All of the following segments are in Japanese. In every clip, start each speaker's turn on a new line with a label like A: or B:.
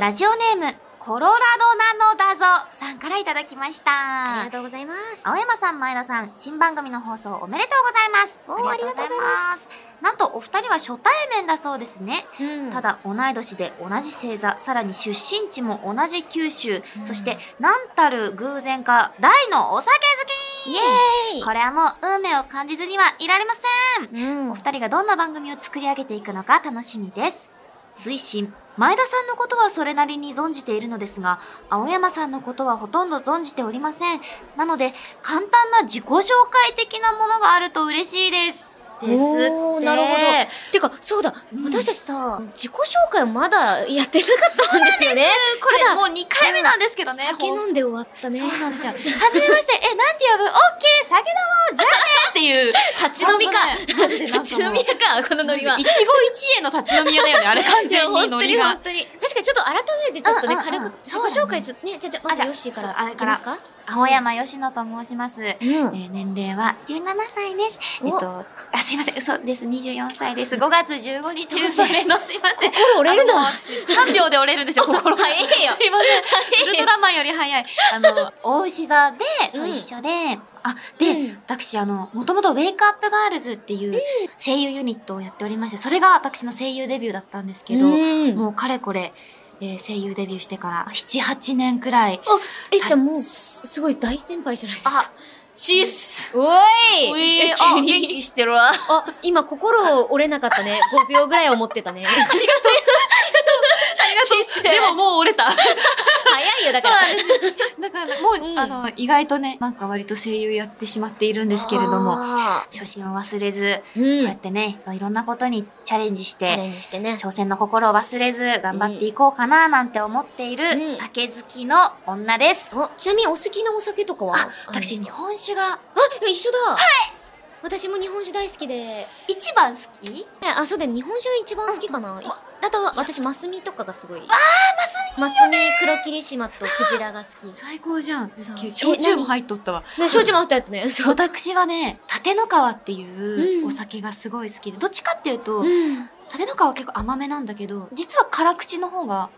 A: ラジオネーム、コロラドなのだぞさんからいただきました。
B: ありがとうございます。
A: 青山さん、前田さん、新番組の放送おめでとうございます。
B: おー
A: す。なんとお二人は初対面だそうですね。
B: うん
A: ただ同い年で同じ星座、さらに出身地も同じ九州、
B: ん
A: そして何たる偶然か大のお酒好き
B: イエーイ
A: これはもう運命を感じずにはいられません
B: うん
A: お二人がどんな番組を作り上げていくのか楽しみです。追伸前田さんのことはそれなりに存じているのですが、青山さんのことはほとんど存じておりません。なので、簡単な自己紹介的なものがあると嬉しいです。ですっ
B: おー
A: て。
B: なるほど。てか、そうだ、
A: うん
B: 私たちさ、自己紹介をまだやってなかったんですよね。
A: こ
B: た
A: れ
B: だ
A: もう2回目なんですけどね。
B: 酒飲んで終わったね。
A: そうなんですよ。はじめまして、え、なんて呼ぶオッケー、酒飲もうじゃあねって いう。
B: 立ち飲みか
A: マジで。なんかもう
B: 立ち飲み屋か、このノリは。
A: 一期一会の立ち飲み屋だよね。あれ完
B: いや
A: 全に
B: 本
A: ノ
B: 当
A: リ
B: に
A: が
B: 本。当に。確かにちょっと改めてちょっとね、
A: うんうんうん
B: 軽く自
A: そうだね
B: 己紹介ちょっとね、じゃあじゃあまずヨッシーか
A: あじゃあ
B: らいきますか
A: 青山吉野と申します。 え
B: うん。
A: ー年齢は17歳です。えっ
B: お
A: と、あ、すいません、嘘です。24歳です。5月15日生まれの、すいません。
B: 心折れる
A: あのも
B: な
A: う。3秒で折れるん ですよ、心が。
B: 早いよ
A: すいません。ウ
B: よ
A: ルトラマンより早い。あの、大牛座で、
B: うん
A: そう一緒で、あ、で、
B: うん
A: 私、あの、もともとウェイクアップガールズっていう声優ユニットをやっておりまして、それが私の声優デビューだったんですけど、
B: うん
A: もうかれこれ、えー声優デビューしてから7、8年くらい。
B: え、じゃあもう、すごい大先輩じゃないですか。
A: あ、シース
B: おいえ急に。
A: してるわ。
B: あ、今心折れなかったね。5秒ぐらい思ってた ね。
A: でももう折れた。
B: 早いよ、だから。
A: だからもう、
B: うん
A: あの、意外とね、なんか割と声優やってしまっているんですけれども、
B: あ
A: 初心を忘れず、
B: ーう
A: こうんやっ。てね、いろんなことにチャレンジし
B: チャ
A: て、
B: レンジしてね。
A: 挑戦の心を忘れず頑張っていこうかななんて思っている、
B: うん
A: 酒好きの女です。
B: おちなみにお好きなお酒とかは
A: あ、私日本酒が
B: あ、一緒だはい私も日本酒大好きで。ね
A: 一番好き
B: あ、そうだよ、日本酒が一番好きかな。いあと、私、マスミとかがすごい。あー、マスミマスミ、黒霧島とクジラが好き。
A: 最高じゃん
B: そう。
A: 焼酎も入っとったわ。
B: ね、正直もあったやつね。そう。
A: 私はね、立の川ってい
B: うん
A: うお酒がすごい好きで、どっちかっていうと、
B: うん。
A: 立の川は結構甘めなんだけど、実は辛口の方が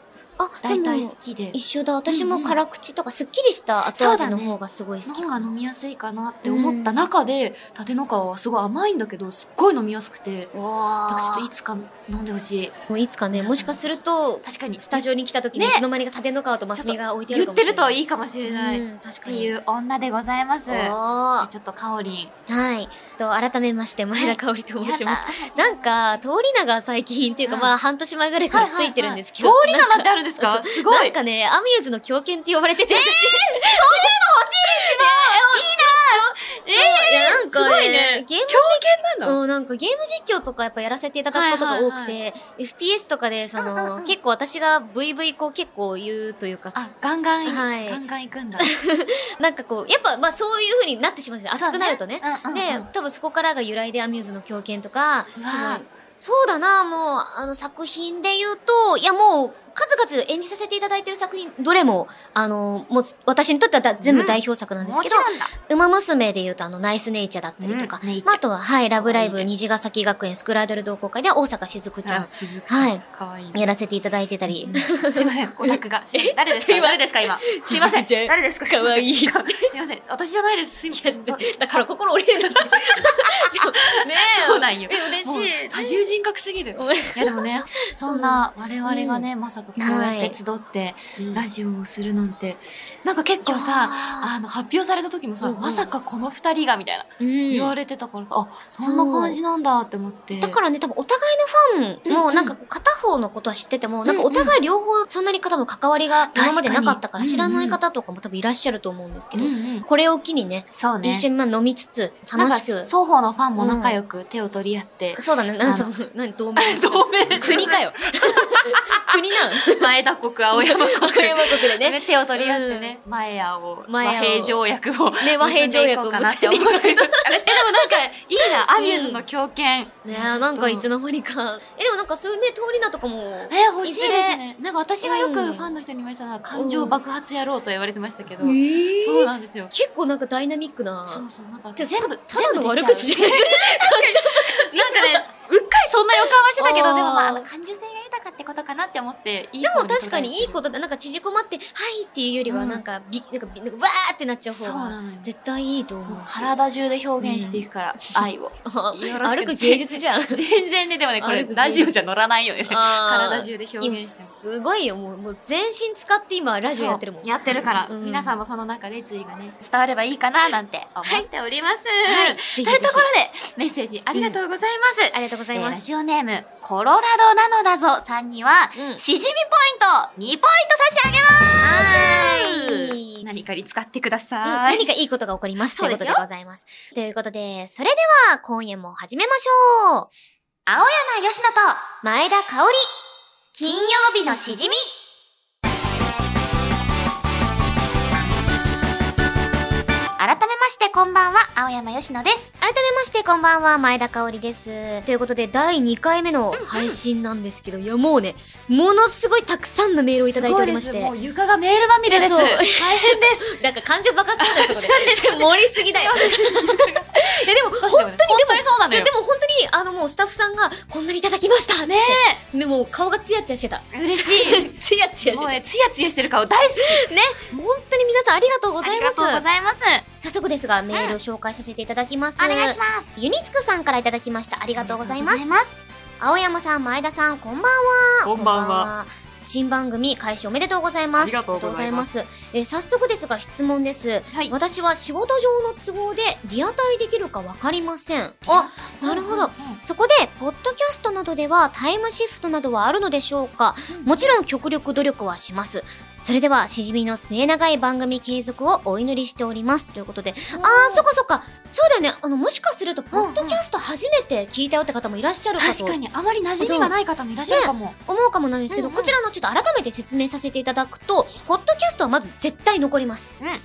B: あ、
A: 大
B: で
A: 体
B: も
A: 好きで
B: 一、緒だ。私も辛口とか、すっきりした後味の方がすごい好
A: の
B: き。
A: 方が飲みやすいかなって思った中で、立の川はすごい甘いんだけど、すっごい飲みやすくて、
B: うわ
A: だからちょっとい
B: ー
A: つか飲んでほしい。
B: もういつかね、もしかすると、
A: 確かに、
B: スタジオに来た時に、い
A: ね
B: つの間にか立の川とマスミが置いてあ
A: 言
B: るか
A: っ
B: もしてれ
A: る
B: な
A: と
B: い。
A: いいかもしれない。っ
B: うん、確か
A: て
B: に。
A: いう女でございます。ち
B: お
A: ょ
B: ー
A: っとかおりん。
B: はい。と、改めまして、前田香織と申します。
A: やだ
B: なんか、通り長最近っていうか、
A: うん
B: まあ、半年前ぐらいからついてるんですけど。
A: はいはいはい通り名なんてあるんですかすご。
B: ないんかね、アミューズの狂犬って呼ばれてて。えー、そう いうの欲しい一番いいなえいや、なんか、
A: すごいね
B: ゲーム
A: 狂犬なの、
B: うん、なんかゲーム実況とかやっぱやらせていただくことが多くて、
A: はいは
B: FPS とかで、その、
A: うんうんうん
B: 結構私が VV こう結構言うというか、
A: あ、ガンガン、
B: はい
A: ガンガン行くんだ。
B: なんかこう、やっぱまあそういう風になってしまうんですね。 熱くなるとね。
A: そうね。
B: で、多分そこからが由来でアミューズの狂犬とか、
A: う
B: 多
A: わ
B: 分そうだな、もう、あの作品で言うと、いやもう、数々演じさせていただいてる作品、どれも、あの、もう、私にとってはだ全部代表作なん
A: うんうん、
B: です
A: も
B: け
A: ちろん
B: ど、
A: だ。
B: ウマ娘で言うと、あの、ナイスネイチャーだったりとか、
A: うんネイチャー
B: まあ、あとは、はい、ラブライ
A: い
B: ブ、
A: いね
B: 虹ヶ崎学園スクライドル同好会では、大阪しずくちゃん
A: あ、、雫
B: はい。
A: かわいい。
B: やらせていただいてたり。
A: すいませ ん、オタクが。すいません誰です
B: ちょっと
A: か
B: 今
A: 誰ですか今。すいません。
B: ちっちゃい
A: 誰ですか
B: かわいい
A: すませんすいません。私じゃないです。すいません。そう
B: だから心折れ るんだって。ねえ。
A: そうなんよ
B: え、嬉しい。
A: もう多重人格すぎる。いやでもね、そんな我々がね、まさかこうやって集ってラジオをするなんて、なんか結構さ、あの、発表された時もさ、
B: うんうん
A: まさかこの二人がみたいな、
B: うん
A: 言われてたからさ、あ、そんな感じなんだって思って。
B: だからね、多分お互いのファン
A: うんう
B: も、
A: ん
B: なんかこう片方のことは知ってても、なんかお
A: うん
B: 互い両方そんなに多分関わりが今までなかった
A: 確か
B: から、
A: に
B: 知らない方とかも多分いらっしゃると思うんですけど
A: う、んうん
B: これを機にね、
A: そうね。
B: 一緒にまあ飲みつつ、
A: なん
B: 楽
A: か
B: しく。
A: 双方のファンも仲良く手を取り合って。
B: そうだね、なんそ
A: あ
B: の、何、同盟。
A: 同盟
B: 国か よ。国なん。
A: 前田国、青山
B: 和歌山国でね。
A: ね、手を取り合ってね、前屋を、
B: 前屋を
A: 和平条約を、
B: ね和平条約
A: 結んでいこう
B: を
A: かなって思ってますあれ え、でもなんか、いいな、アミューズの狂犬。
B: ね
A: ちょっと
B: なんかいつの間にか。え、でもなんかそういうね、通りなとかも。
A: え、欲しいです
B: い
A: ね。なんか私がよくファンの人に言われたのは、感情爆発野郎と言われてましたけど、そうなんですよ。
B: 結構なんかダイナミックな。
A: そうそう、なんか
B: て
A: 全部、
B: ただの
A: 全部
B: 悪
A: 出ちゃう
B: 口じゃない
A: なんかね、うっかりそんな予感はしてたけ
B: あ
A: ど、
B: ー
A: でもまあ、あの、感受性が豊かってことかなって思って、いい
B: で
A: 方
B: も確かにいい
A: と
B: ことだ。なんか縮こまって、はいっていうより
A: う
B: は、
A: ん
B: なんか、び、なんか、びなんか、わーってなっちゃう
A: そ
B: 方
A: うな
B: が、
A: のよ。
B: 絶対いいと思
A: もう
B: う。
A: 体中で表現していくから、愛を。
B: あ
A: よろしく
B: 歩く芸術じゃん。
A: 全然ね、でもね、これ
B: 歩、く
A: ラジオじゃ乗らないよね。
B: あ
A: 体
B: ー
A: 中で表現して
B: いや
A: ます。
B: すごいよ。もう、もう全身使って今、ラジオやってるもん。
A: そうやってるから、
B: うん
A: 皆さんもその中で注意がね、伝わればいいかな、なんて思っております。
B: は
A: と
B: い。ぜひ
A: い
B: ぜひ
A: うところで、メッセージありがとうございます。
B: ありがとうござ
A: え
B: い
A: ー
B: ま
A: ラ
B: す。
A: ジオネーム、コロラドなのだぞさんには、
B: うん
A: しじみポイント2ポイント差し上げます
B: はーい
A: 何かに使ってくだ
B: うん
A: さい。
B: 何かいいことが起こりますと
A: そう
B: いう
A: で
B: こ
A: す
B: と
A: よ
B: でございます。ということで、それでは今夜も始めましょう。
A: 青山よしのと、
B: 前田香織、金曜日のしじみ。
A: 改めましてこんばんは、青山よしのです。
B: 改めましてこんばんは、前田香織です。ということで、第2回目の配信なんですけど、いやもうね、ものすごいたくさんのメールをいただいておりまし
A: すごい
B: て
A: ですも。う床がメールまみれです。
B: いや
A: 大
B: そう
A: 変です。
B: なんか感情爆発なんだ よ、そこで。盛りすぎだよ。いやでも、
A: 少しでもね 本当にそうなの
B: いや
A: よ
B: で。も本当に、あのもうスタッフさんが、こんなにいただきましたねでも顔がツヤツヤしてた。
A: 嬉し
B: ツヤツ
A: い。
B: ヤし
A: もう
B: てた。
A: ね、ツヤツヤしてる顔大好き。
B: 本当に皆さんありがとうご
A: あ
B: ざい
A: り
B: ま
A: が
B: す。
A: とうございます。
B: 早速ですが、メールを紹介させていただきます。
A: お願いします。
B: ユニツクさんからいただきました。ありがとうございます。
A: ます。
B: 青山さん、前田さん、こんばんは。
C: こんばんは。
B: 新番組開始おめでとうございます。
C: ありがとうございます
B: ありがとうございます。えー早速ですが質問です。
A: はい。
B: 私は仕事上の都合でリアタイできるかわかりません。あ
A: あ、
B: なるほ
A: う
B: ど
A: ん。
B: そこで、ポッドキャストなどではタイムシフトなどはあるのでしょうか
A: うん
B: もちろん極力努力はします。それでは、しじみの末長い番組継続をお祈りしております。ということで、
A: うん
B: あー、そっかそっか。そうだよね。あの、もしかすると、ポッドキャスト初めて聞いたよって方もいらっしゃるかと
A: 確かに、あまり馴染みがない方もいらっしゃるかも。
B: 思うかもなんですけど、
A: うんうん
B: こちらのちょっと改めて説明させていただくと、ポッドキャストはまず絶対残ります。
A: うん
B: で、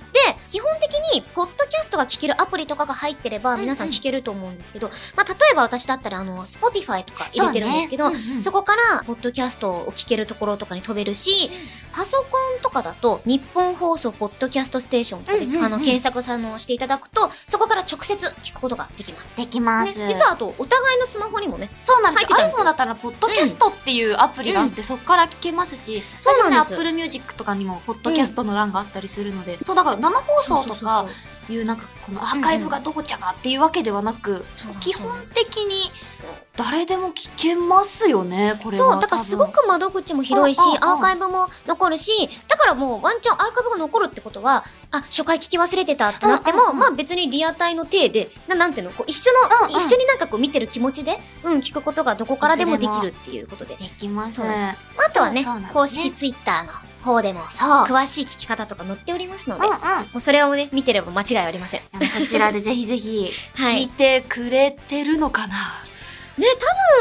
B: 基本的に、ポッドキャストが聞けるアプリとかが入ってれば、
A: んうん
B: 皆さん聞けると思うんですけど、まあ、例えば私だったら、あの、Spotify とか入れてるんですけど、
A: そ
B: そう
A: ねうんうん
B: こから、ポッドキャストを聞けるところとかに飛べるし、パソコンとかだと、日本放送ポッドキャストステーションとかで、
A: うんうんうん
B: あの、検索さんをしていただくと、そこから直接聞くことができます。
A: できま
B: ね、
A: す。
B: 実はあと、お互いのスマホにもね、
A: そうなんですよ。
B: 入ってたんです
A: iPhone
B: よ
A: だったら、ポッドキャストっていうアプリがあって、そこから聞けますし、
B: そうなんで
A: 私
B: す
A: もね Apple Music とかにも、ポッドキャストの欄があったりするので、そう、だから生放送とかいう、なんか、このアーカイブがどこちゃかっていうわけではなく、
B: そうそうそう、
A: 基本的に誰でも聞けますよね、これは。
B: そう、だからすご
A: 多分。
B: く窓口も広いし
A: うんうんう、ん
B: アーカイブも残るし、だからもうワンチャンアーカイブが残るってことは、あ、初回聞き忘れてたってなって
A: うんうん
B: も、
A: うん
B: まあ別にリアタイの体で、ななんていうの、こう一緒
A: うんうん
B: の、一緒になんかこう見てる気持ちで、うん、聞くことがどこからでもできるっていうことで。
A: できます。
B: そうですあとはね
A: そうなんですね、
B: 公式ツイッターの方でも、
A: そう。
B: 詳しい聞き方とか載っておりますの
A: う
B: で、
A: んう
B: も
A: ん。あ
B: うそれをね、見てれば間違いありません。
A: のそちらでぜひぜひ、
B: は
A: 聞
B: い。
A: い
B: ね、
A: てくれてるのかな、
B: 多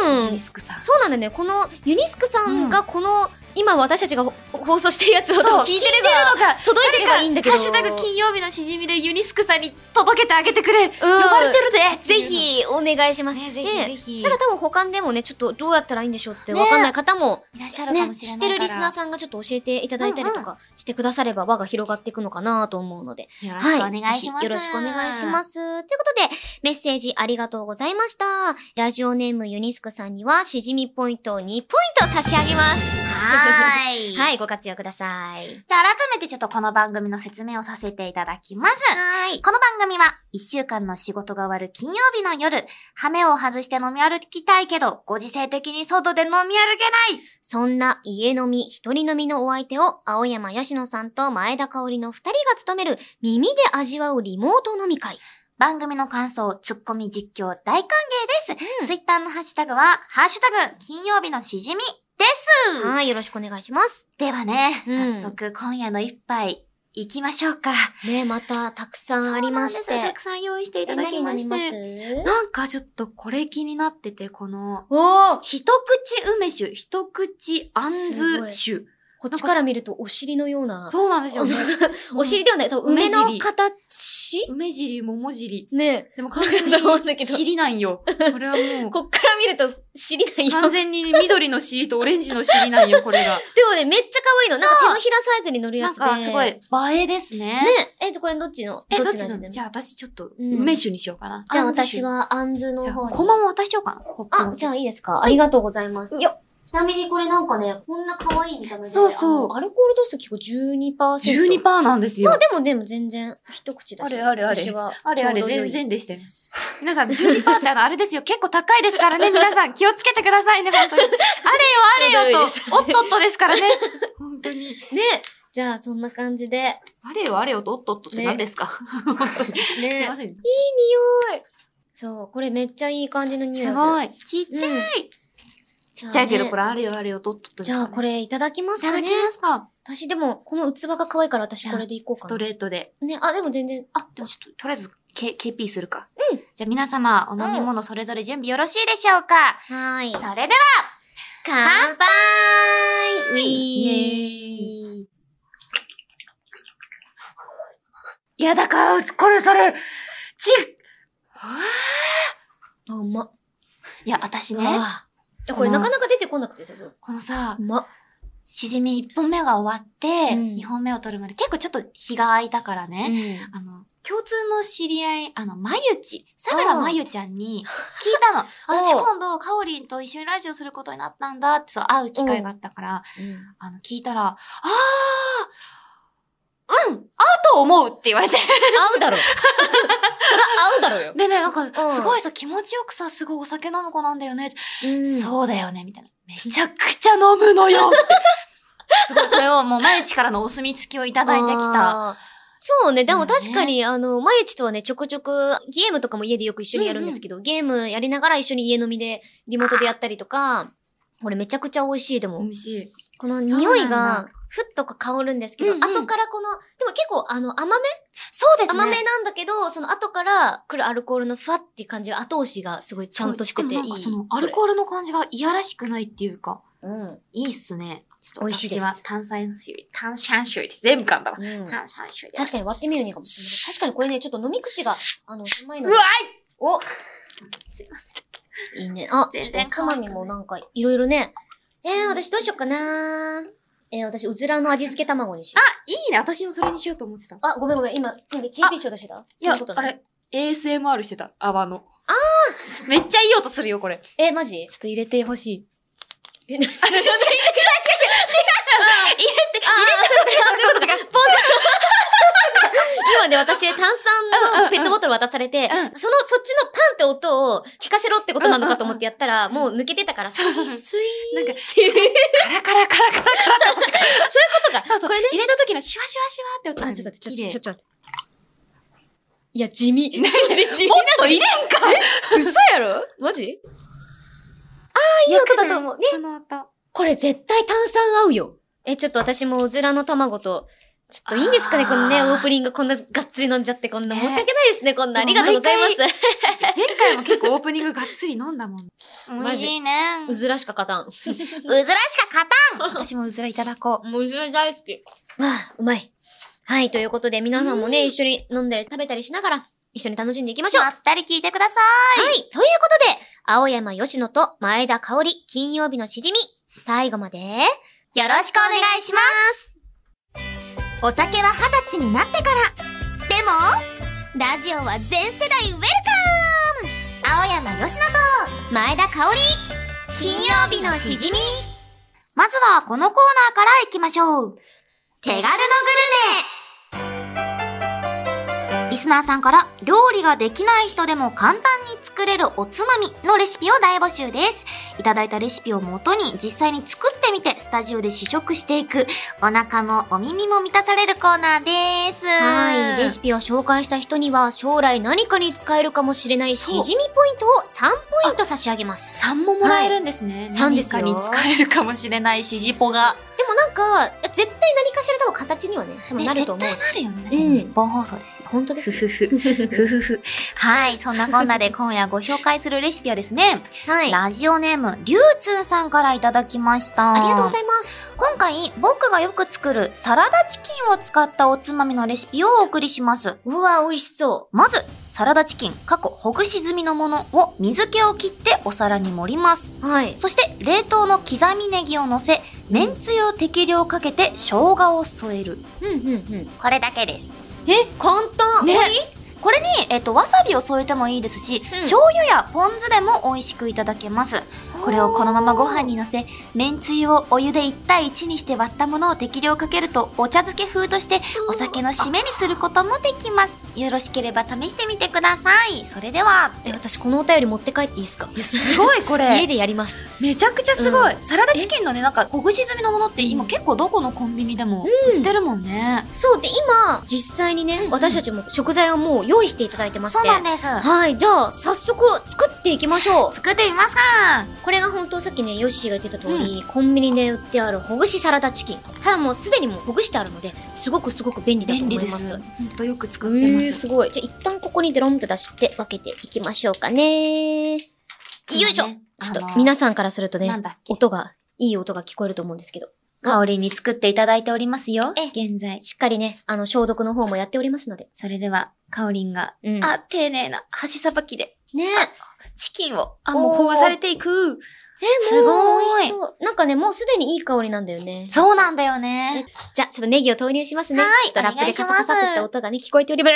A: ユ
B: 分
A: ニ、スクさん。
B: そうなんだよね。この、ユニスクさんがこの、今私たちがほ放送してるやつを
A: そう
B: 聞いてれば、
A: のか
B: 届いてればいいんだけど。
A: ハッシュタグ金曜日のしじみでユニスクさんに届けてあげてくれ、
B: うん
A: 呼ばれてるぜ
B: ぜひお願いします。
A: ね、ぜ
B: ね
A: ひぜひ。
B: ただ多分他でもね、ちょっとどうやったらいいんでしょうってわかんない方も、
A: いらっしゃるか
B: ね、
A: もし
B: 知
A: れな
B: っ
A: い
B: て
A: から。
B: るリスナーさんがちょっと教えていただいたりとかしてくだされば輪が広がっていくのかなと思うので。
A: よろしく
B: は
A: お願いします。
B: ぜひよろしくお願いし
A: す。
B: ます。ということで、メッセージありがとうございました。ラジオネームユニスクさんには、しじみポイントを2ポイント差し上げます。
A: はーい。
B: はい、ご活用ください。
A: じゃあ改めてちょっとこの番組の説明をさせていただきます。
B: はい。
A: この番組は、一週間の仕事が終わる金曜日の夜、ハメを外して飲み歩きたいけど、ご時世的に外で飲み歩けない
B: そんな家飲み、一人飲みのお相手を、青山吉野さんと前田香織の二人が務める、耳で味わうリモート飲み会。
A: 番組の感想、ツッコミ実況大歓迎です、
B: うん
A: ツイッターのハッシュタグは、ハッシュタグ、金曜日のしじみです
B: はい、よろしくお願いします。
A: ではね、
B: うん
A: 早速今夜の一杯、行きましょうか。
B: ね、また、たくさんありまして。
A: そうなんですたくさん用意していただきまして。
B: て。
A: なんかちょっとこれ気になってて、この、
B: おー
A: 一口梅酒、一口あんず酒。
B: こっちから見るとお尻のような、
A: そうなんですよね。
B: お尻ではない、多分梅
A: 梅
B: の
A: 尻
B: 形
A: 梅尻、桃尻。
B: ね
A: でも完全
B: だと思うんだけ
A: に
B: ど
A: 尻なんよ。これはもう、
B: こっから見ると知りないよ。
A: 完全に緑の尻とオレンジの尻なんよ、これが。
B: でもね、めっちゃ可愛いの。なんか
A: そう
B: 手のひらサイズに乗る
A: な
B: や
A: ん
B: つで。
A: かすごい、映えですね。
B: ね。えっ、と、これどっちの
A: え、
B: ど
A: ど
B: っ
A: っち
B: ちの味
A: の
B: で
A: じゃあ私ちょっと、
B: うん
A: 梅酒にしようかな。
B: じゃあ
A: あんず酒
B: 私。は、あんずの
A: じゃあ
B: 方に。
A: こまも渡しようかな、コップを
B: あ、じゃあいいですか。ありがとうございます。
A: よ
B: ちなみにこれなんかね、こんな可愛い見た目で。
A: そうそう
B: あのアルコール度数結構12%。
A: 12%なんですよ。
B: まあでもでも全然一口だし。
A: あれあれあれ
B: 私は
A: あれあれ、
B: ちょうど良い
A: 全然でしたよ。皆さん、12%ってあの、あれですよ。結構高いですからね、皆さん。気をつけてくださいね、 本当に。あれよ、あれよ
B: ち
A: と。おっとっとですからね。本当に。
B: ね。じゃあそんな感じで。
A: あれよ、あれよと、おっとっとって何ですか、
B: ね。
A: すいません。
B: そう、これめっちゃいい感じの匂い
A: すご
B: い。
A: い。ちっちゃい。
B: うん
A: ちっちゃいけど、こ
B: れ。
A: れ、あれよ、あれよと、おっとっとです
B: じゃ
A: か
B: あこれいただきま
A: い
B: す
A: た
B: か
A: だき
B: ね。
A: ますか。
B: 私でも、この器が可愛いから私
A: じゃあ
B: これでいこう
A: ス
B: か
A: ト
B: な。
A: レートで。
B: ね、あ、でも全然。
A: あ、でもちょっと、とりあえず、K、KP するか。うん。じゃあ皆様、お飲み物それぞれ準備よろしいでしょうか、
B: はーい。
A: それでは、
B: 乾杯ウィー
A: イエーイ。いや、だから、これ、それ、ち、
B: あ、うま。
A: いや、私ね、
B: あーじゃあこれなかなか出てこなくてさ、そう。
A: このさ
B: う、ま。
A: しじみ1本目が終わって、
B: うん
A: 2本目を取るまで、結構ちょっと日が空いたから
B: う
A: ね、
B: ん
A: あの、共通の知り合い、あの、まゆち、相良まゆちゃんに聞い たの。私
B: おう
A: 今度、かおりんと一緒にラジオすることになったんだって、そう、会う機会があったから、あの、聞いたら、あー、うん、合うと思うって言われ て。
B: 合う だろ。そら合うだろよ。
A: でね、なんか、
B: うん
A: すごいさ、気持ちよくさ、すごいお酒飲む子なんだよね。
B: う。
A: そうだよね、みたいな。めちゃくちゃ飲むのよって。 すごい、それをもう、毎日からのお墨付きをいただいてきた。
B: あー。そうね。でも
A: うんね
B: 確かに、あの、まゆちとはね、ちょこちょこ、ゲームとかも家でよく一緒にやるんですけど、ゲームやりながら一緒に家飲みで、リモートでやったりとか、これめちゃくちゃ美味しい、でも。
A: 味しい。
B: この
A: そう
B: 匂い
A: なん
B: が、ふっとか香るんですけど、
A: うんうん
B: 後からこの、でも結構あの、甘め、
A: そうですね。
B: 甘めなんだけど、その後から来るアルコールのふわっていう感じが後押しがすごいちゃんとしててい
A: し
B: い
A: かも。なんかその、アルコールの感じがいやらしくないっていうか、
B: うん。
A: いいっすね。ちょっと
B: 美味しいです
A: 私は炭酸水、炭酸水です。全部噛んだわ。
B: うん
A: 炭酸水です。
B: 確かに割ってみるにいいかもしれない。確かにこれね、ちょっと飲み口が、あの、狭いの
A: う
B: で
A: わ。
B: お
A: いすいません。
B: いいね。あ、
A: 全
B: ちょっとお
A: 然
B: つまみもなんか、いろいろね。えー、私どうしよっかなえー、私、うずらの味付け卵にしよ
A: あ、いいね。私もそれにしようと思ってた。
B: う。あ、ごめんごめん。今、なんで、警備賞出してた
A: いや、
B: そううこと
A: あ
B: ない
A: れ、ASMR してた。泡の。ああめっちゃいい音するよ、これ。
B: え、マジちょっと入れてほしい。え、な、
A: あ、違う違う違う違う違う違う入れて、
B: ああ、そういうことか、そういうことか。ポン今ね、私、炭酸のペットボトル渡されて、その、そっちのパンって音を聞かせろってことなのかと思ってやったら、もう抜けてたから、スイー、スイー
A: なんか
B: っていう
A: カラカラカラカラカラって音しか
B: ことが。
A: そうそう。
B: これね。
A: 入れた時のシュワシュワシュワって音が
B: あ、ちょっと待
A: 綺
B: って、ちょ、
A: 麗
B: ちょ、ちょ、ちょっと待って。いや、地味。なんで地味
A: もっと入れんか
B: 嘘やろマジ
A: い
B: い音だと思うね
A: その音。
B: これ絶対炭酸合うよ。え、ちょっと私もうずらの卵と、ちょっといいんですかね
A: あー
B: このね、オープニングこんながっつり飲んじゃって、こんな
A: ね
B: 申し訳ないですね、こんな。ありがとうございます。
A: 前回も結構オープニングがっつり飲んだもん。
B: マジ
A: いいね。
B: うずらしか勝たん。
A: うずらしか勝たん私もうずらいただこう。
B: もううずら大好き。わあ、うまい。はい、ということで皆さんもね、一緒に飲んだり食べたりしながら、一緒に楽しんでいきましょう。は
A: ったり聞いてくださ
B: い、ということで、青山吉野と前田香織、金曜日のしじみ、最後まで、
A: い。よろしくお願いします。
D: お酒は二十歳になってから。でも、ラジオは全世代ウェルカム青山よしと、前田香織、金曜日のしじみ、
A: まずはこのコーナーから行きましょう。
D: 手軽のグル
A: リスナーさんから料理ができない人でも簡単に作れるおつまみのレシピを大募集です。いただいたレシピをもとに実際に作ってみてスタジオで試食していくお腹もお耳も満たされるコーナーです。
B: はい。レシピを紹介した人には、将来何かに使えるかもしれないし
A: そう
B: じみポイントを3ポイント差し上げます。
A: 3ももらえるんですね。
B: 三
A: 何
B: です
A: か
B: よ
A: に使えるかもしれないしじぽが。
B: でももなんか、絶対何かしら多分形にはね、多分なると思う
A: ね
B: し。
A: 絶対なるよね。だって
B: うん
A: 日本放送ですよ。
B: 本当で
A: ふ
B: す。
A: ふふ。ふふふ。はい。そんなこんなで今夜ご紹介するレシピはですね、
B: はい。あ
A: ラジオネーム、りゅうつんさんからいただきました。
B: りがとうござ
A: い
B: います。
A: ます。今回、僕がよく作るサラダチキンを使ったおつまみのレシピをお送りします。
B: うわ、美味しそ
A: まず、サラダチキン、過去ほぐし済みのものを水気を切ってお皿に盛ります。
B: う。はい。
A: そして、冷凍の刻みネギを乗せ、めんつゆを適量かけて生姜を添える。
B: うんうんうん。
A: これだけです。
B: え、簡単。
A: ね
B: 終わり
A: これに、えっと、わさびを添えてもいいですし、醤油やポン酢でも美味しくいただけます。これをこのままご飯に乗せ、めんつゆをお湯で1対1にして割ったものを適量かけると、お茶漬け風として、お酒の締めにすることもできます。よろしければ試してみてください。それでは、
B: え、私このお便り持って帰っていいですか
A: すごいこ
B: 家。でやります。
A: めちゃくちゃ
B: すごい
A: サラダキンのね、なんか、ほぐし済みのものって今結構どこのコンビニでも売ってるもんね。
B: そう。で、今、実際にね、私たちも食材をもう用意していただいてまし
A: そう
B: て。
A: なんです。
B: はい。じゃあ、早速、作っていきましょう。
A: 作ってみますか
B: これが本当さっきね、ヨッシーが言ってた通り、コンビニで売ってあるほぐしサラダチキン。ただもうすでにもうほぐしてあるので、すごくすごく便利だと
A: 便
B: 思い
A: 利
B: ま。
A: ですす。ほんとよく
B: え
A: 作ってま
B: ー、
A: す。
B: すごい。じゃあ一旦ここにドロンと出して分けていきましょうかね。よい
A: 今ね
B: しょ、ちょっ
A: あ
B: と
A: の
B: 皆さんからすると
A: な
B: ね
A: ん、だっけ
B: 音が、いい音が聞こえると思うんですけど、
A: 香りに作っていただいておりますよ。
B: え
A: 現在。
B: しっかりね、あの消毒の方もやっておりますので。
A: それでは、香りんが、
B: うん。
A: あ、丁寧な箸さばきで、
B: ね
A: チキンを、あ、
B: おー
A: もうほぐされていく。
B: え、
A: す
B: もう
A: ご
B: 美
A: い
B: 味しそう。なんかね、もうすでにいい香りなんだよね。
A: そうなんだよね。
B: じゃあ、ちょっとネギを投入しますね。
A: はい
B: ちょっとラップでカサカ
A: お
B: サっ
A: 願
B: と
A: い
B: し
A: します
B: た音がね、聞こえておりま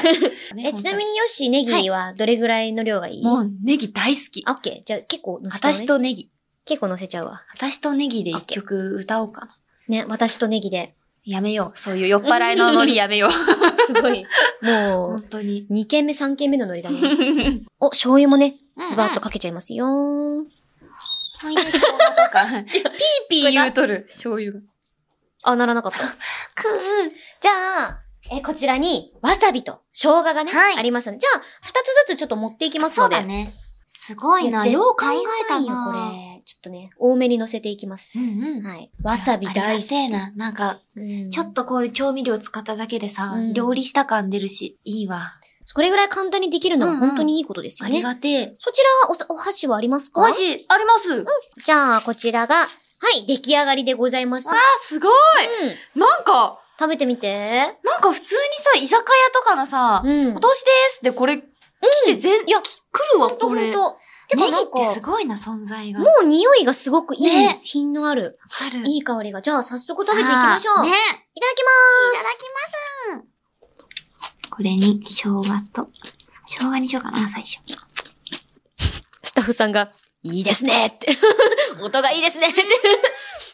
B: す。
A: ね
B: え、ちなみにヨッシー、ネギはどれぐらいの量がいい、
A: 本当もうネギ大好き。
B: あ、オッケー。じゃあ結構乗せちゃう、ね。
A: 私とネギ。
B: 結構乗せちゃうわ。
A: 私とネギで一曲歌おうかな。
B: ね、私とネギ で。
A: やめよう。そういう酔っ払いのノリやめよう。
B: すごい。も
A: 本当に。
B: う、2軒目、3軒目のノリだね。お、醤油もね、ズバッと
A: か
B: かけちゃいますよー。
A: いてしょうがとか。 ピーピー言うとる。醤油が。
B: あ、な らなかった。じ
A: く
B: ゃあ、え、こちらに、わさびと生姜がね、
A: はい
B: ありますので。じゃあ、2つずつちょっと持っていき
A: ー
B: ますので。
A: ね。すごいな。
B: いや
A: よう考えた
B: 絶対うまい
A: な。
B: よこれ。ちょっとね、多めに乗せていきます。
A: うんうん
B: はい。わさび大好き。
A: ありがてえな。なんか、
B: うん
A: ちょっとこういう調味料使っただけでさ、
B: うん
A: 料理した感出るし、いいわ。
B: これぐらい簡単にできるのは
A: うんうん
B: 本当にいいことですよ
A: あ
B: ね。
A: りがてえ。
B: そちらおさ、お箸はありますか
A: お箸あります、わ
B: じゃあ、こちらが、はい、出来上がりでございます。
A: あ、すごい
B: うん。
A: なんか、
B: 食べてみて。
A: なんか普通にさ、居酒屋とかのさ、
B: うん。
A: お通しですってこれ、来て全、
B: いや、
A: 来るわ、
B: ほんと
A: こ
B: ほん
A: れ。
B: と。てか
A: ネギ
B: なん
A: ってす
B: か、
A: ごいな、存在が。
B: もう匂いがすごくいい、
A: ね
B: 品のある。
A: かる。
B: いい香りが。じゃあ、早速食べていきましょう。
A: ね。
B: いただき
A: いただきます。これに、生姜と、生姜にしようかな、最初。
B: ます。スタッフさんが、いいですね って。音がいいですねって。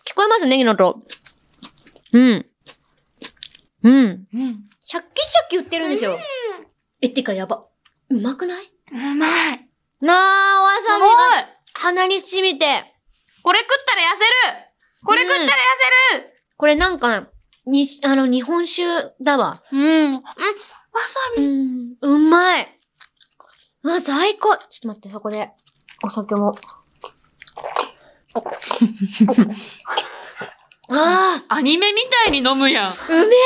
B: 聞こえますネギの音。うん。うん。
A: うん。
B: シャッキシャキ言ってるんですよ。え、てかやば。うまくないう
A: まい。
B: なあ、わ
A: す
B: さび
A: ごい
B: が鼻に染みて。
A: これ食ったら痩せるこれ食ったら痩せる、
B: これなんか、に、あの、日本酒だわ。
A: うん。うん。わさ
B: うん。うまい。うわ、最高。ちょっと待って、そこで。お酒も。あ
A: アニメみたいに飲むやん。
B: あ、うめ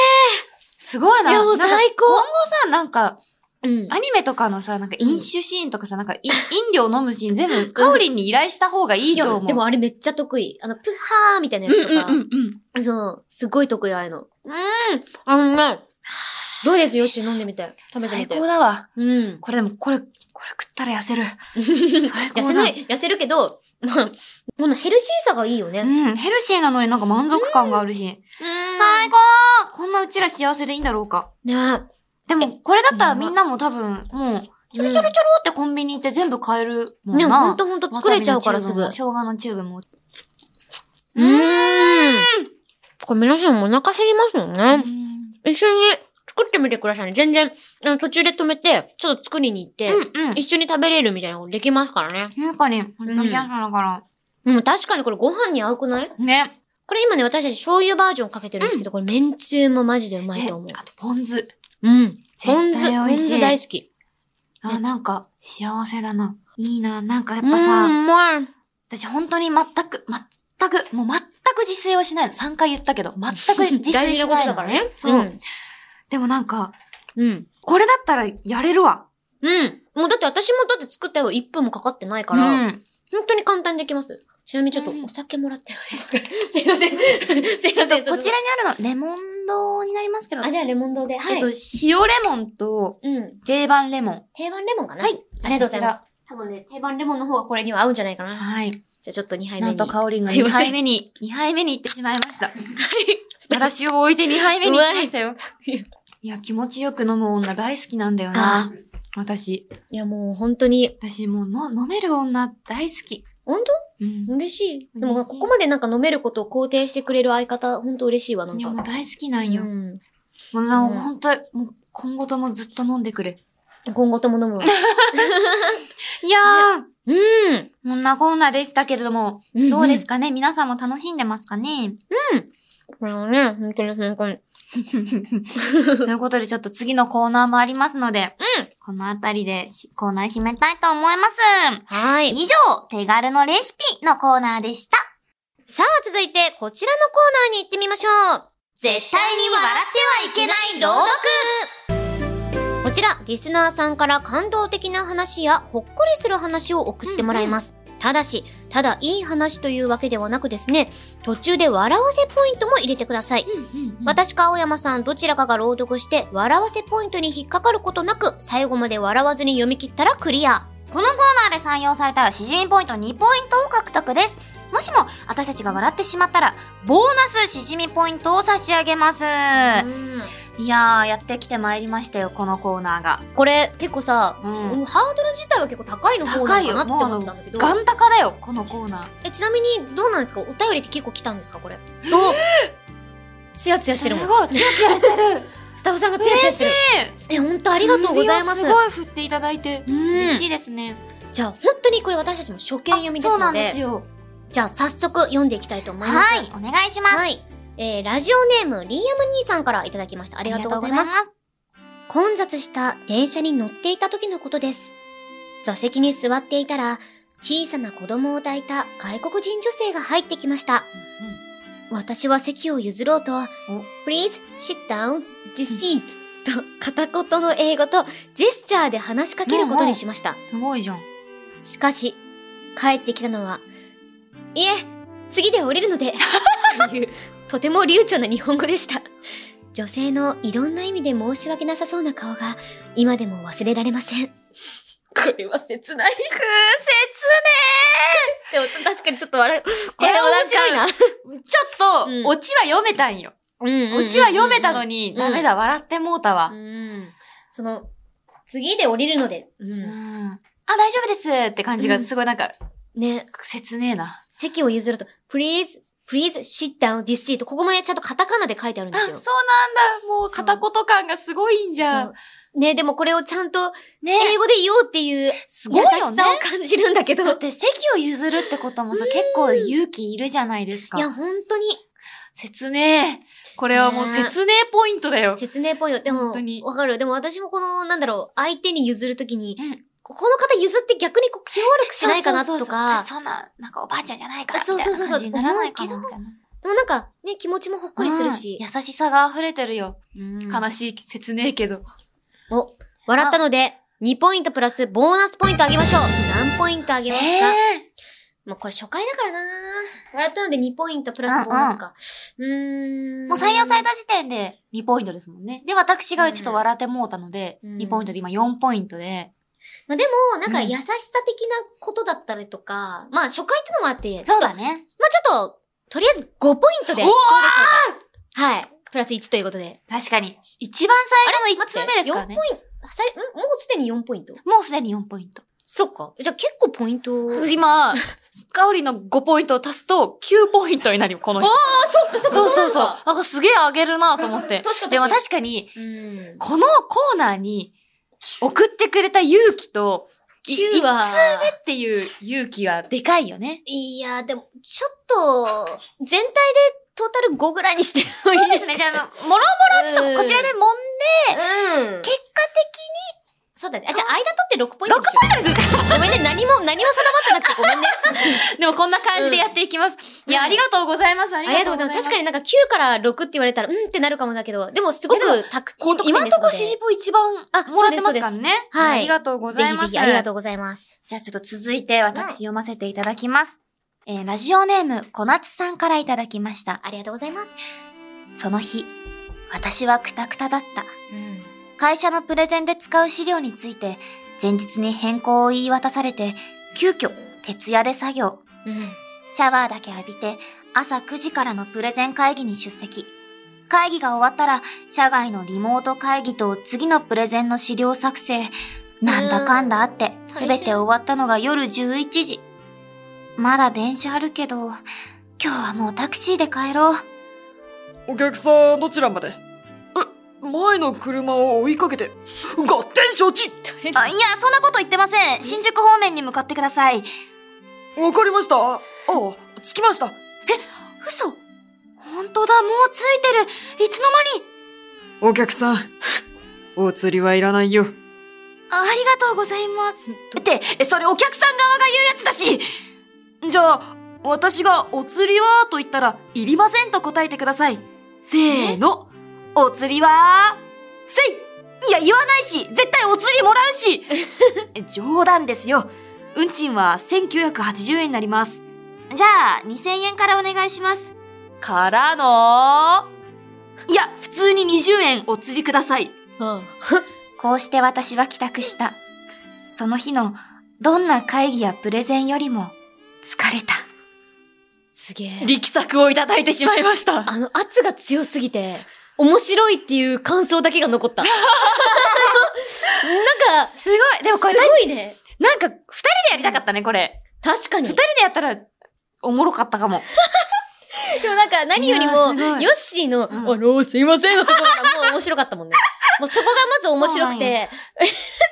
A: すごいな。
B: いやもう
A: なんか
B: 最高
A: 今後さ、なんか、
B: え。うん。
A: アニメとかのさ、なんか飲酒シーンとかさ、なんかい飲料飲むシーン全部、カオリンに依頼した方がいい
B: い
A: と
B: や、
A: 思う。
B: でもあれめっちゃ得意。あの、プハーみたいなやつとか。
A: うんうんうんうん。
B: そう、すごい得意ああいうの。うん。あのね、どうですよし、飲んでみて。食べてみ
A: 最
B: て。
A: 高だわ。
B: うん。
A: これでも、これ、これ食ったら痩せる。 最
B: 痩せ
A: だ
B: な。い、痩せるけど、まあ、このヘルシーさがいいよね。
A: う
B: うん。
A: ん、ヘルシーなのになんか満足感があるし。最高こんなうちら幸せでいいんだろうか。
B: ね
A: でも、これだったらみんなも多分、もう、ち
B: ちょ
A: ょろちょろ
B: ろちょろ
A: ちょろってコンビニ行って全部買えるもん
B: ね、
A: な。
B: ほんとほんと作れちゃうから
A: わさ
B: す
A: び
B: ぐ。
A: の
B: う
A: チューブも生姜のチューブも。
B: ーん。これ皆さんもお腹減りますもん
A: う
B: ね。
A: ん。
B: 一緒に作ってみてくださいね。全然、あの途中で止めて、ちょっと作りに行って、
A: うんうん。
B: 一緒に食べれるみたいなことできますからね。
A: なんかね、こんなキャンプだから。
B: うん、確かにこれご飯に合うくない
A: ね。
B: これ今ね、私たち醤油バージョンかけてるんですけど、これめんつゆもマジでうまいと思
A: えあと、ポン酢。
B: う。うん。ポン
A: 絶対
B: 酢、ポ
A: 美
B: ン
A: 味しい
B: 酢大好き。
A: あ、なんか、幸せだな。いいな。なんかやっ
B: う
A: ぱ
B: ん、
A: さ、
B: うまい。
A: 私本当に全く、全く、もう全く自炊はしないの。3回言ったけど、全く 自炊
B: 大事
A: し
B: なこ
A: ない
B: と
A: の
B: だからね。
A: そう、
B: ん
A: でもなんか、
B: うん。
A: これだったらやれるわ。
B: うん。もうだって私もだって作ったよ1分もかかってないから、
A: うん
B: 本当に簡単にできます。ちなみにちょっと
A: うん
B: お酒もらってもいいですか、 すいません。すいませ
A: こ
B: ん。
A: ちらにあるの、レモン堂になりますけど、
B: あ、じゃあレモン堂で。はい。
A: えっと、塩レモンと
B: うん。
A: 定番レモン。
B: 定番レモンかな
A: はい。
B: ありがとうございます。多分ね、定番レモンの方がこれには合うんじゃないかな。
A: はい。
B: じゃあちょっと2杯目
A: なん
B: に。
A: と香りが
B: すい
A: 2
B: ません
A: 杯目に、2杯目に行ってしまいました。たらしを置いて2杯目に行きましたよ
B: い。
A: いや、気持ちよく飲む女大好きなんだよ
B: あ
A: な。私。
B: いやもう本当に、
A: 私もうの飲める女大好き。
B: 本
A: うん
B: 当。嬉しい。で
A: 嬉
B: も
A: しい
B: ここまでなんか飲めることを肯定してくれる相方、本当嬉しいわ、なん
A: いや、
B: か。
A: もう大好きなんよ。
B: うん。
A: もうな、
B: うん
A: ほんと、もう今後ともずっと飲んでくれ。
B: 今後とも飲むわ。
A: いや
B: うん。
A: ー、こんなこんなでしたけれども、
B: うん
A: どうですかね皆さんも楽しんでますかね
B: これはね、本当に本当に。
A: ということで、ちょっと次のコーナーもありますので、
B: うん
A: このあたりでしコーナー締めたいと思います。
B: はい。
A: 以上、手軽のレシピのコーナーでした。
B: さあ、続いて、こちらのコーナーに行ってみましょう。
D: 絶対に笑ってはいけない朗読
B: こちら、リスナーさんから感動的な話やほっこりする話を送ってもらいます。ただし、ただいい話というわけではなくですね、途中で笑わせポイントも入れてください。私か青山さん、どちらかが朗読して、笑わせポイントに引っかかることなく、最後まで笑わずに読み切ったらクリア。
A: このコーナーで採用されたら、しじみポイント2ポイントを獲得です。もしも、私たちが笑ってしまったら、ボーナスしじみポイントを差し上げます。いやー、やってきてまいりましたよ、このコーナーが。
B: これ、結構さ、
A: うん。
B: ハードル自体は結構高いの方
A: 高
B: ないの
A: よ、
B: かなって
A: もうあ
B: 思
A: の、
B: ったんだけど。
A: ガンタカだよ、このコーナー。
B: え、ちなみに、どうなんですかお便りって結構来たんですかこれ。つやつやしてるもん
A: す。ごい、ツヤツヤしてる。
B: スタッフさんがつやつやしてる。え、本当ありがとうございます。
A: 首をすごい振っていただいて、
B: うん
A: 嬉しいですね。
B: じゃあ、本当にこれ私たちも初見読みで
A: あそう
B: す
A: な
B: の
A: んで
B: で、
A: すよ。
B: じゃあ早速読んでいきたいと思います。
A: はい、お願いします。
B: はい。えー、ラジオネーム、リーアム兄さんからいただきました。あ
A: あ
B: りがとうございます。
A: りがとう
B: 混雑した電車に乗っていた時のことです。座席に座っていたら、小さな子供を抱いた外国人女性が入ってきました。私は席を譲ろうと、Please sit down this seat と片言の英語とジェスチャーで話しかけることにしました。
A: すごいじゃん。
B: しかし、帰ってきたのは、いえ、次で降りるので、という、とても流暢な日本語でした。女性のいろんな意味で申し訳なさそうな顔が、今でも忘れられません。これは切ない。
A: く
B: でも、確かにちょっと笑う。これ
A: え
B: は面白いな。
A: 説ねちょっと、
B: うん
A: オチは読めたんよ。
B: うん
A: オチは読めたのに、
B: ん
A: ダメだ、笑ってもうたわ
B: う。ん。その、次で降りるので、う
A: うん
B: ん。
A: あ、大丈夫ですって感じが、すごいなんか、
B: ね、
A: 切ねえな。
B: 席を譲ると、please, please sit down this seat ここまでちゃんとカタカナで書いてあるん
A: あ
B: です
A: そうなん
B: よ。
A: だ。もう、片言感がすごいんじゃ
B: そ
A: ん。
B: うね、でもこれをちゃんと
A: ね
B: 英語で言おうっていう
A: すご
B: 優
A: い
B: し
A: よね
B: さ。を感じるんだけど。
A: だって、席を譲るってこともさ、結構勇気いるじゃないですか。
B: いや、本当に、
A: 説明。これはもう
B: ねえ
A: 説明ポイントだよ。
B: 説明っぽいよ。でも
A: 本当に、
B: わかる。でも私もこの、なんだろう、相手に譲るときに、
A: うん
B: ここの方譲って逆にこう気を悪くしないかな
A: そうそ
B: と
A: うそう
B: か
A: 私、そんな、なんかおばあちゃんじゃないから、みた
B: そ
A: いう
B: そうそ
A: な
B: うそう
A: 感じにならないかな、みたいな。
B: でもなんか、ね、気持ちもほっこりするし
A: う。ん優しさが溢れてるよ。
B: うん
A: 悲しい、切ねえけど。
B: お、笑ったので、2ポイントプラスボーナスポイントあげましょう。何ポイントあげますか、もうこれ初回だからな笑ったので2ポイントプラスボーナスか。うーん。
A: もう採用された時点で2ポイントですもんね。で、私がちょっと笑ってもうたので、
B: うん
A: 2ポイントで今4ポイントで。
B: まあ、でも、なんか
A: うん
B: 優しさ的なことだったりとか、まあ初回ってのもあって、ちょ
A: そ
B: っ
A: うだ
B: と、
A: ね。
B: まあちょっと、とりあえず5ポイントで、
A: おー
B: どうでしょうか。はい。プラス1ということで。
A: 確かに。一番最初の1通目ですからね
B: 4ポ。イント、さいんもうすでに4ポイント。
A: もうすでに4ポイント。
B: そっか。じゃあ結構ポイント。あ、そっ
A: 今、カオリの5ポイントを足すと9ポイントになるよ、この人。
B: か、そっか、
A: そうそうそう。
B: なの
A: な
B: か
A: んかすげえ上げるなと思って。
B: 確か
A: でも
B: 確か
A: 確かに、
B: うん。
A: このコーナーに送ってくれた勇気と、い
B: 九は
A: 一通目っていう勇気はでかいよね。
B: いやー、でも、ちょっと、全体でトータル5ぐらいにしてもいいですか
A: ね。じゃあ、もろもろちょっとこちらでもん、
B: うん。
A: 結果的に、
B: そうだね。あ、じゃあ間取って6ポイントにしよ
A: ポイントです
B: う。ごめんね。何も、何も定まってなくてごめんね。
A: でもこんな感じでやっていきます。いや、ありがとうございます。あ
B: あ
A: り
B: りが
A: が
B: と
A: と
B: う
A: う
B: ご
A: ご
B: ざ
A: ざ
B: い
A: い
B: ま。
A: ますす。
B: 確かになんか9から6って言われたら、うんってなるかもだけど、でもすご
A: いや
B: くたく、高得点
A: 今
B: ですの
A: ん
B: で
A: とこ支持簿一番も
B: あ
A: らってますからね。
B: はい
A: ありがとうございます。
B: ぜひぜひありがとうございます。
A: じゃあちょっと続いて私読ませていただきます。えーラジオネーム、小夏さんからいただきました。
B: ありがとうございます。
A: その日、私はクタクタだった。
B: うん。
A: 会社のプレゼンで使う資料について、前日に変更を言い渡されて、急遽、徹夜で作業。
B: うん。
A: シャワーだけ浴びて、朝9時からのプレゼン会議に出席。会議が終わったら、社外のリモート会議と次のプレゼンの資料作成。なんだかんだあって、
B: 大
A: す
B: 変
A: べて終わったのが夜11時。まだ電車あるけど、今日はもうタクシーで帰ろう。
C: お客さん、どちらまでえ、前の車を追いかけて、合点承知
A: あいや、そんなこと言ってません。新宿方面に向かってください。
C: わかりました。あ、あ、着きました。
A: 嘘本当だ、もうついてる。いつの間に。
C: お客さん、お釣りはいらないよ。
A: あありがとうございます。って、それお客さん側が言うやつだし
C: じゃあ、私がお釣りはと言ったら、いりませんと答えてください。せーの。
A: お釣りはせいいや、言わないし絶対お釣りもらうし冗談ですよ。運賃は1980円になります。じゃあ、2000円からお願いします。からのいや、普通に20円お釣りください。
B: うん。
A: こうして私は帰宅した。その日のどんな会議やプレゼンよりも疲れた。
B: すげえ。
C: 力作をいただいてしまいました。
B: あの、圧が強すぎて、面白いっていう感想だけが残 った。なんか、
A: すごいでも
B: す
A: こ
B: ご
A: れ、
B: いね。
A: なんか、二人でやりたかったね、これ。
B: 確かに。
A: 二人でやったら、おもろかったかも。
B: でもなんか何より
A: いや
B: も、
A: ーすごい
B: ヨッシーの、
A: うん
B: あの、すいませんのとこからもう面白かった もんね。もうそこがまず面白くて、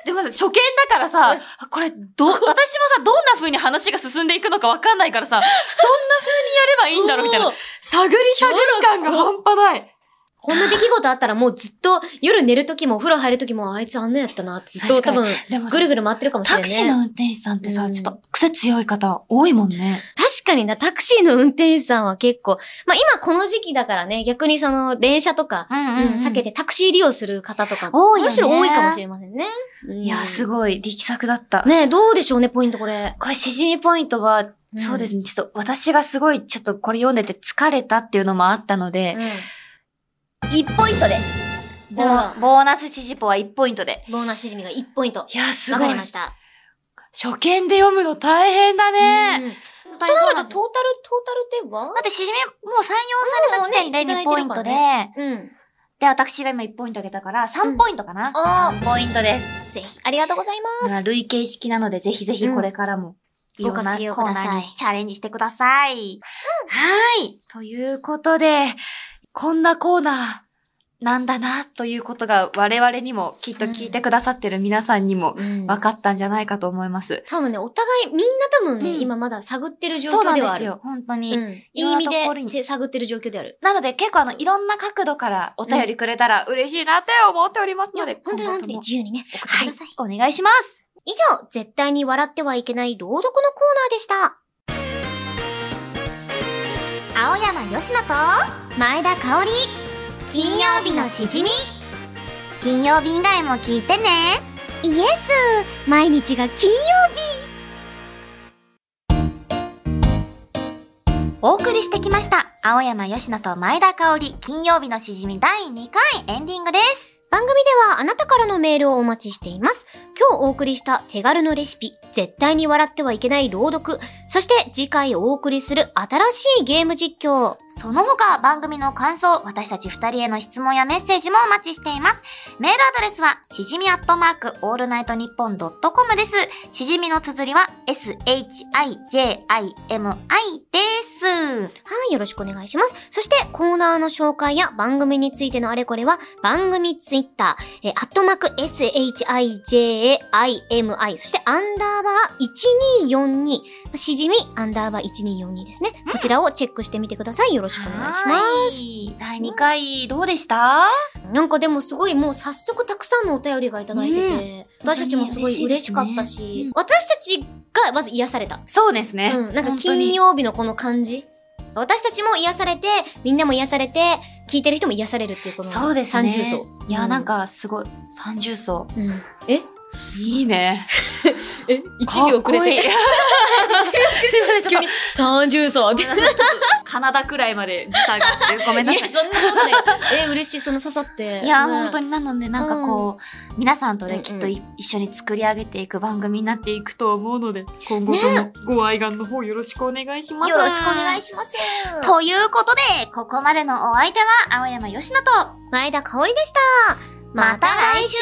A: でもさ、初見だからさ、これ、ど、私もさ、どんな風に話が進んでいくのかわかんないからさ、どんな風にやればいいんだろうみたいな
B: もう。
C: 探り探り感が半端ない。
B: こんな出来事あったらもうずっと夜寝る時もお風呂入る時もあいつあんなやったなってずっと
A: 確か
B: 多
A: に
B: 分
A: でもさ
B: ぐるぐる回ってるかもしれ
A: タ
B: ない、
A: ク
B: ね。
A: シーの運転手さんってさ、
B: うん
A: ちょっと癖強い方多いもんね。
B: 確かにな、タクシーの運転手さんは結構、まあ今この時期だからね、逆にその電車とか、
A: うん
B: うん、避けてタクシー利用する方とか、
A: 多いよね
B: むしろ多いかもしれませんね。
A: いや、す
B: ご
A: ごい、力作だった。
B: ねえどうでしょうね、ポイントこれ。
A: これ、しじみポイントは、
B: うん
A: そうですね、ちょっと私がすごい、ちょっとこれ読んでて疲れたっていうのもあったので、
B: 1ポイントで。
A: ボ
B: なるほ
A: ーボーナスしじぽは1ポイントで。
B: ど。ボーナスしじみが1ポイント。
A: いや、す
B: わ
A: ご
B: か
A: い
B: り。ました。
C: 初見で読むの大変だね。
B: うん
A: 本当
B: と
A: に
B: な
A: そう
B: る
A: な
B: と、
A: ん
B: トータル
A: だ、
B: トータルでは
A: だってしじみ、もう採用された時点で
B: もうね
A: 2ポイント
B: いただいて
A: で、
B: るからうん。
A: で、私が今1ポイントあげたから、3ポイントかな、
B: あ
A: 3ポイントです。
B: ぜひ、ありがとうござい
A: まあ
B: ます。
A: 累計式なので、ぜひぜひこれからも、いろんなコー
B: ご活用くだ
A: ナー
B: さい
A: にチャレンジしてください。はい。ということで、こんなコーナーなんだな、ということが我々にも、きっと聞いてくださってる皆さんにも、
B: うん
A: 分かったんじゃないかと思います。
B: 多分ね、お互い、みんな多分ね、
A: うん
B: 今まだ探ってる状
A: そうなん
B: 況で
A: で
B: はあ
A: す
B: る。
A: よ、本当
B: う
A: に。
B: ん。いい意味
A: いろんなところに
B: でせ探ってる状況である。
A: なので結構あの、いろんな角度からお便りくれたら嬉しいなって思っております
B: いや
A: ので、
B: 本当に
A: 今後
B: 本
A: と
B: 当
A: も
B: に自由にね、送ってください。
A: はい、お願いします。
B: 以上、絶対に笑ってはいけない朗読のコーナーでした。
D: 青山よしのと前田香織金曜日のしじみ金曜日以外も聞いてねイエス毎日が金曜日お送りしてきました青山よしのと前田香織金曜日のしじみ第2回エンディングです
B: 番組ではあなたからのメールをお待ちしています。今日お送りした手軽のレシピ、絶対に笑ってはいけない朗読、そして次回お送りする新しいゲーム実況。
D: その他番組の感想私たち2人への質問やメッセージもお待ちしていますメールアドレスはしじみアットマークオールナイトニッポンドットコムですしじみの綴りは SHIJIMI です
B: はい、よろしくお願いします。そして、コーナーの紹介や番組についてのあれこれは、番組ツイッター、えー、アットマーク SHIJAIMI、そして、アンダーバー1242、しじみアンダーバー1242ですね。こちらをチェックしてみてください。よろしくお願いしま
A: は
B: す。
A: い第2回どうでした
B: なんかでもすごいもう早速たくさんのお便りがいただいてて、私たちもすごい嬉しかったし、私たちがまず癒された。
A: そうですね。
B: うん、なんか
A: 本当に
B: 金曜日のこの感じ。私たちも癒されて、みんなも癒されて、聞いてる人も癒されるっていうこの
A: そうですね。
B: 30層。
A: いや、なん
B: か、
A: かすごい。30層。
B: うんえ
A: いいね。
B: え ?1 秒遅
A: か
B: れ
A: っこい い
B: て。 急に30層。 いや、
A: カナダくらいまで時差があって、ごめんなさい。
B: そんなことない。え、嬉しい、その刺さって。
A: いや、
B: ね
A: 本当になので、なんかこう、皆さんとね、きっとい一緒に作り上げていく番組になっていくと思うので、今後ともご愛願の方よろしくお願いします。
D: よろしくお願い
A: し
D: します。
A: ということで、ここまでのお相手は、青山よしのと、
B: 前田香織でした。
D: また来週